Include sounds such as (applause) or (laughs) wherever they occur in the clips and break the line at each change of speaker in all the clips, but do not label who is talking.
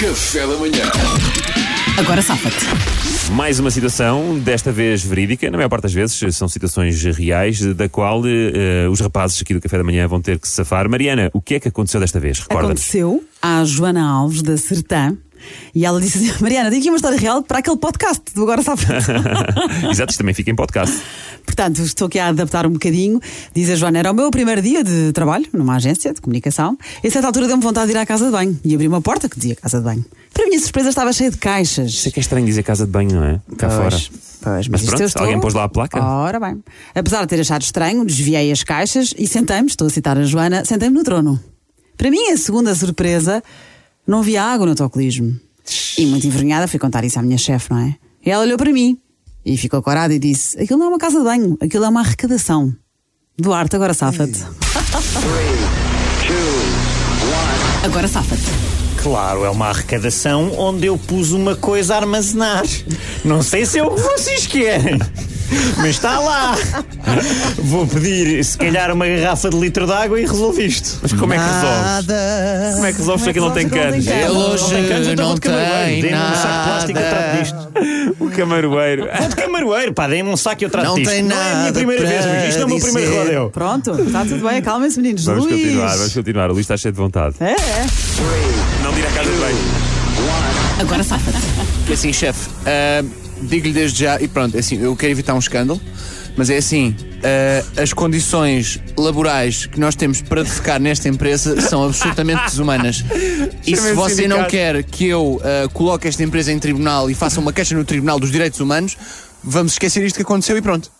Café da manhã.
Agora safa-te.
Mais uma citação, desta vez verídica, na maior parte das vezes eh, são citações reais, da qual eh, eh, os rapazes aqui do Café da Manhã vão ter que se safar. Mariana, o que é que aconteceu desta vez? Recorda-nos.
Aconteceu à Joana Alves, da Sertã, e ela disse assim, Mariana, tenho aqui uma história real para aquele podcast do Agora safa-te.
Exato, isto também fica em (laughs) podcast.
Portanto, estou aqui a adaptar um bocadinho. Diz a Joana, era o meu primeiro dia de trabalho numa agência de comunicação, e a certa altura deu-me vontade de ir à casa de banho, e abri uma porta que dizia casa de banho. Para a minha surpresa estava cheia de caixas.
Sei que é estranho dizer casa de banho, não é? Cá fora.
Pois, pois, mas,
Mas
isto
pronto,
eu estou...
alguém pôs lá a placa?
Ora bem. Apesar de ter achado estranho, desviei as caixas e sentei-me, estou a citar a Joana, sentei-me no trono. Para mim, a segunda surpresa, não havia água no autocolismo. E muito envergonhada fui contar isso à minha chefe, não é? E ela olhou para mim e ficou corada e disse: Aquilo não é uma casa de banho, aquilo é uma arrecadação. Duarte, agora safa-te. Agora safa-te.
Claro, é uma arrecadação onde eu pus uma coisa a armazenar. Não sei se é o que vocês querem. Mas está lá! Vou pedir, se calhar, uma garrafa de litro de água e resolvo isto.
Mas como é que resolves? Como é que resolves se aquilo não tem canos?
canos?
Ele
Hoje
então
não tem
Dê-me um saco de plástico e eu trato
nada.
disto.
O
(laughs)
camaroeiro.
Vou de camaroeiro, pá, dê-me um saco e eu trato
Não
disto.
tem
não é a minha
nada
primeira vez,
para
mas isto é o meu primeiro
dizer.
rodeo.
Pronto, está tudo bem, acalmem-se, meninos.
Vamos
Luís.
continuar, vamos continuar. O Luís está cheio de vontade.
É, é.
Não dirá casa de banho.
Agora safa-te.
Assim, chefe, ah, digo-lhe desde já, e pronto, é assim, eu quero evitar um escândalo, mas é assim, ah, as condições laborais que nós temos para defecar nesta empresa são absolutamente
(laughs)
desumanas. E
Chama
se
esse
você
sindicato.
não quer que eu ah, coloque esta empresa em tribunal e faça uma queixa no Tribunal dos Direitos Humanos, vamos esquecer isto que aconteceu e pronto.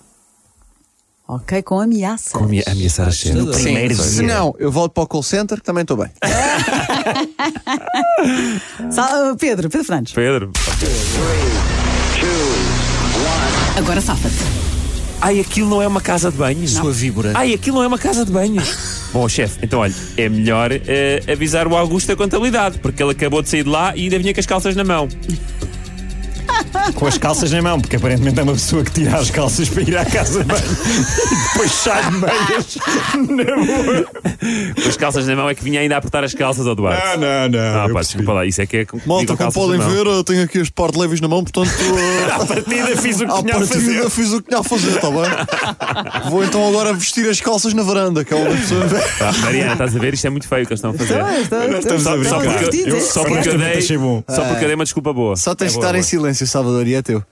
Ok, com ameaça.
Como ia ameaçar a chefe? No
Sim,
primeiro dia.
se não, eu volto para o call center, que também estou bem.
Sa- ah, Pedro, Pedro Fernandes.
Pedro.
Agora safa-te.
Ai, aquilo não é uma casa de banho.
Sua víbora.
Ai, aquilo não é uma casa de banho. (laughs) Bom, chefe, então olha, é melhor eh, avisar o Augusto da contabilidade, porque ele acabou de sair de lá e ainda vinha com as calças na mão.
Com as calças na mão, porque aparentemente é uma pessoa que tira as calças para ir à casa de banho e depois sai de
(laughs)
meias.
Com as calças na mão é que vinha ainda a apertar as calças ao Duarte.
Ah, não, não.
Ah, pá,
eu percebi.
desculpa lá, isso é que é. com-
Malta,
digo
como
calças
podem
na mão.
ver, eu tenho aqui os Sport Levis na mão,
(laughs)
portanto,
À partida fiz
Ah,
o que
Ah,
à
tinha a fazer.
partida fiz o que tinha a fazer,
tá
está
(laughs)
bem? Vou então agora vestir as calças na varanda, que é onde a pessoa
(laughs)
vê.
Pá, Mariana, estás a ver? Isto é muito feio o que eles estão a fazer.
Estamos a ver.
Só
Estamos
porque,
divertidos,
eu,
é?
só porque eu
Honestamente,
dei,
achei bom.
só porque eu dei uma desculpa boa.
Só tens
É
de
boa,
estar em
boa.
silêncio, Salvador, e é teu.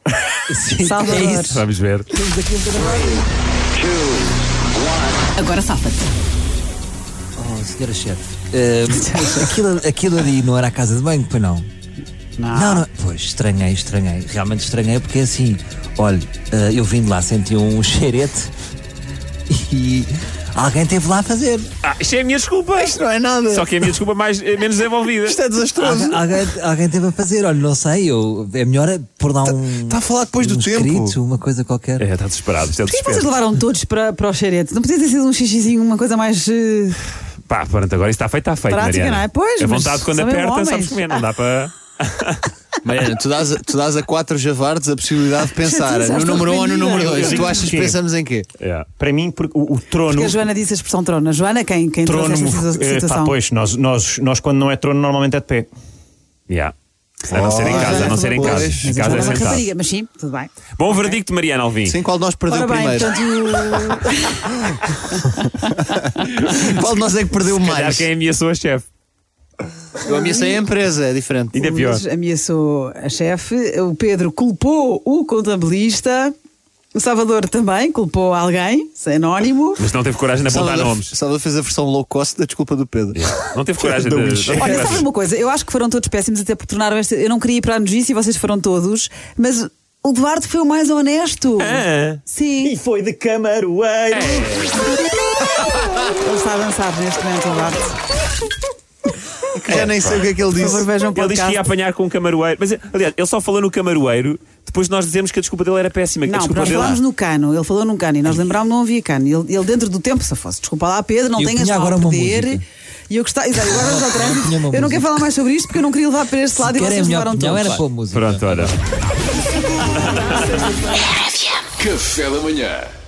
Salvador.
Vamos ver.
Agora safa-te.
Oh, senhora chefe, ah, (laughs) aquilo, aquilo ali não era a casa de banho, pois não? Não, não. Pois, estranhei, estranhei. Realmente estranhei porque é assim, olha, ah, eu vim de lá, senti um (laughs) cheirete e alguém teve lá a fazer.
Ah, isto é a minha desculpa.
Isto não é nada.
Só que é a minha desculpa mais, eh, menos desenvolvida.
Isto é (laughs) desastroso.
Algu- Alguém, alguém teve a fazer, olha, não sei, eu, é melhor pôr lá um.
tá a falar depois do
um
tempo.
escrito, uma coisa qualquer.
É, está desesperado. Isto é
Por que vocês
desespero.
levaram todos para, para o xerete? Não podia ter sido um xixizinho, uma coisa mais. eh,
Pá, pronto, agora isso está feito, está feito.
Prática,
Mariana.
não é? Pois,
A
mas
vontade quando
são mesmo
aperta,
homens.
sabes comer, não dá para.
Mariana, tu dás, tu dás a quatro javardes a possibilidade (laughs) de pensar
Já
no
estou
número 1 um ou no
arrependida.
número 2.
Eu
Tu
digo
achas que
porquê.
pensamos em quê?
Yeah.
Para mim, porque o, o trono.
Porque a Joana disse a expressão trono. A Joana, quem, quem
Trono.
trouxe esta situ-
eh,
situação?
pá, pois, nós, nós, nós quando não é trono, normalmente é de pé.
Yeah. A não ser em casa, a não ser em casa.
Pois.
Em
Mas
casa é
ela uma
sentado.
rapariga, mas sim, tudo bem.
Bom verdicto, Mariana Alvim.
Sim, qual de nós perdeu
Ora bem,
primeiro?
portanto.
(laughs) Qual de nós é que perdeu
Calhar
mais?
quem ameaçou a chefe.
Eu ameacei a empresa, é diferente.
(laughs) Ainda
o
pior.
Luís ameaçou a chefe, o Pedro culpou o contabilista, o Salvador também culpou alguém, sem anónimo.
Mas não teve coragem de apontar
Salvador,
nomes.
Salvador fez a versão low cost da desculpa do Pedro.
Não teve coragem de.
Olha,
não teve
Olha,
coragem.
sabe uma coisa? Eu acho que foram todos péssimos, até porque tornaram esta. Eu não queria ir para a notícia e vocês foram todos, mas o Duarte foi o mais honesto.
Ah.
Sim.
É. foi de camaroeiro.
Ele está a dançar neste momento, o Duarte.
Já nem sei o que é que ele
Por favor,
disse.
vejam o
Ele disse que
podcast.
ia apanhar com um camaroeiro. Mas, aliás, ele só falou no camaroeiro depois de nós dizemos que a desculpa dele era péssima. que
Não,
a
porque
desculpa
nós
dele.
falámos no cano, ele falou num cano e nós lembrámos não havia cano. Ele, ele dentro do tempo, se fosse, desculpa lá, Pedro, não
Eu
tenhas
punha
mal
agora
a
uma
perder.
música.
E eu gostava. Exato, agora vamos ao trânsito.
punha uma
Eu não quero
música.
falar mais sobre isto porque eu não queria levar para este lado e
Querem a
vocês
minha
levaram
opinião,
todos.
era para a música.
Pronto, olha.
Café da manhã.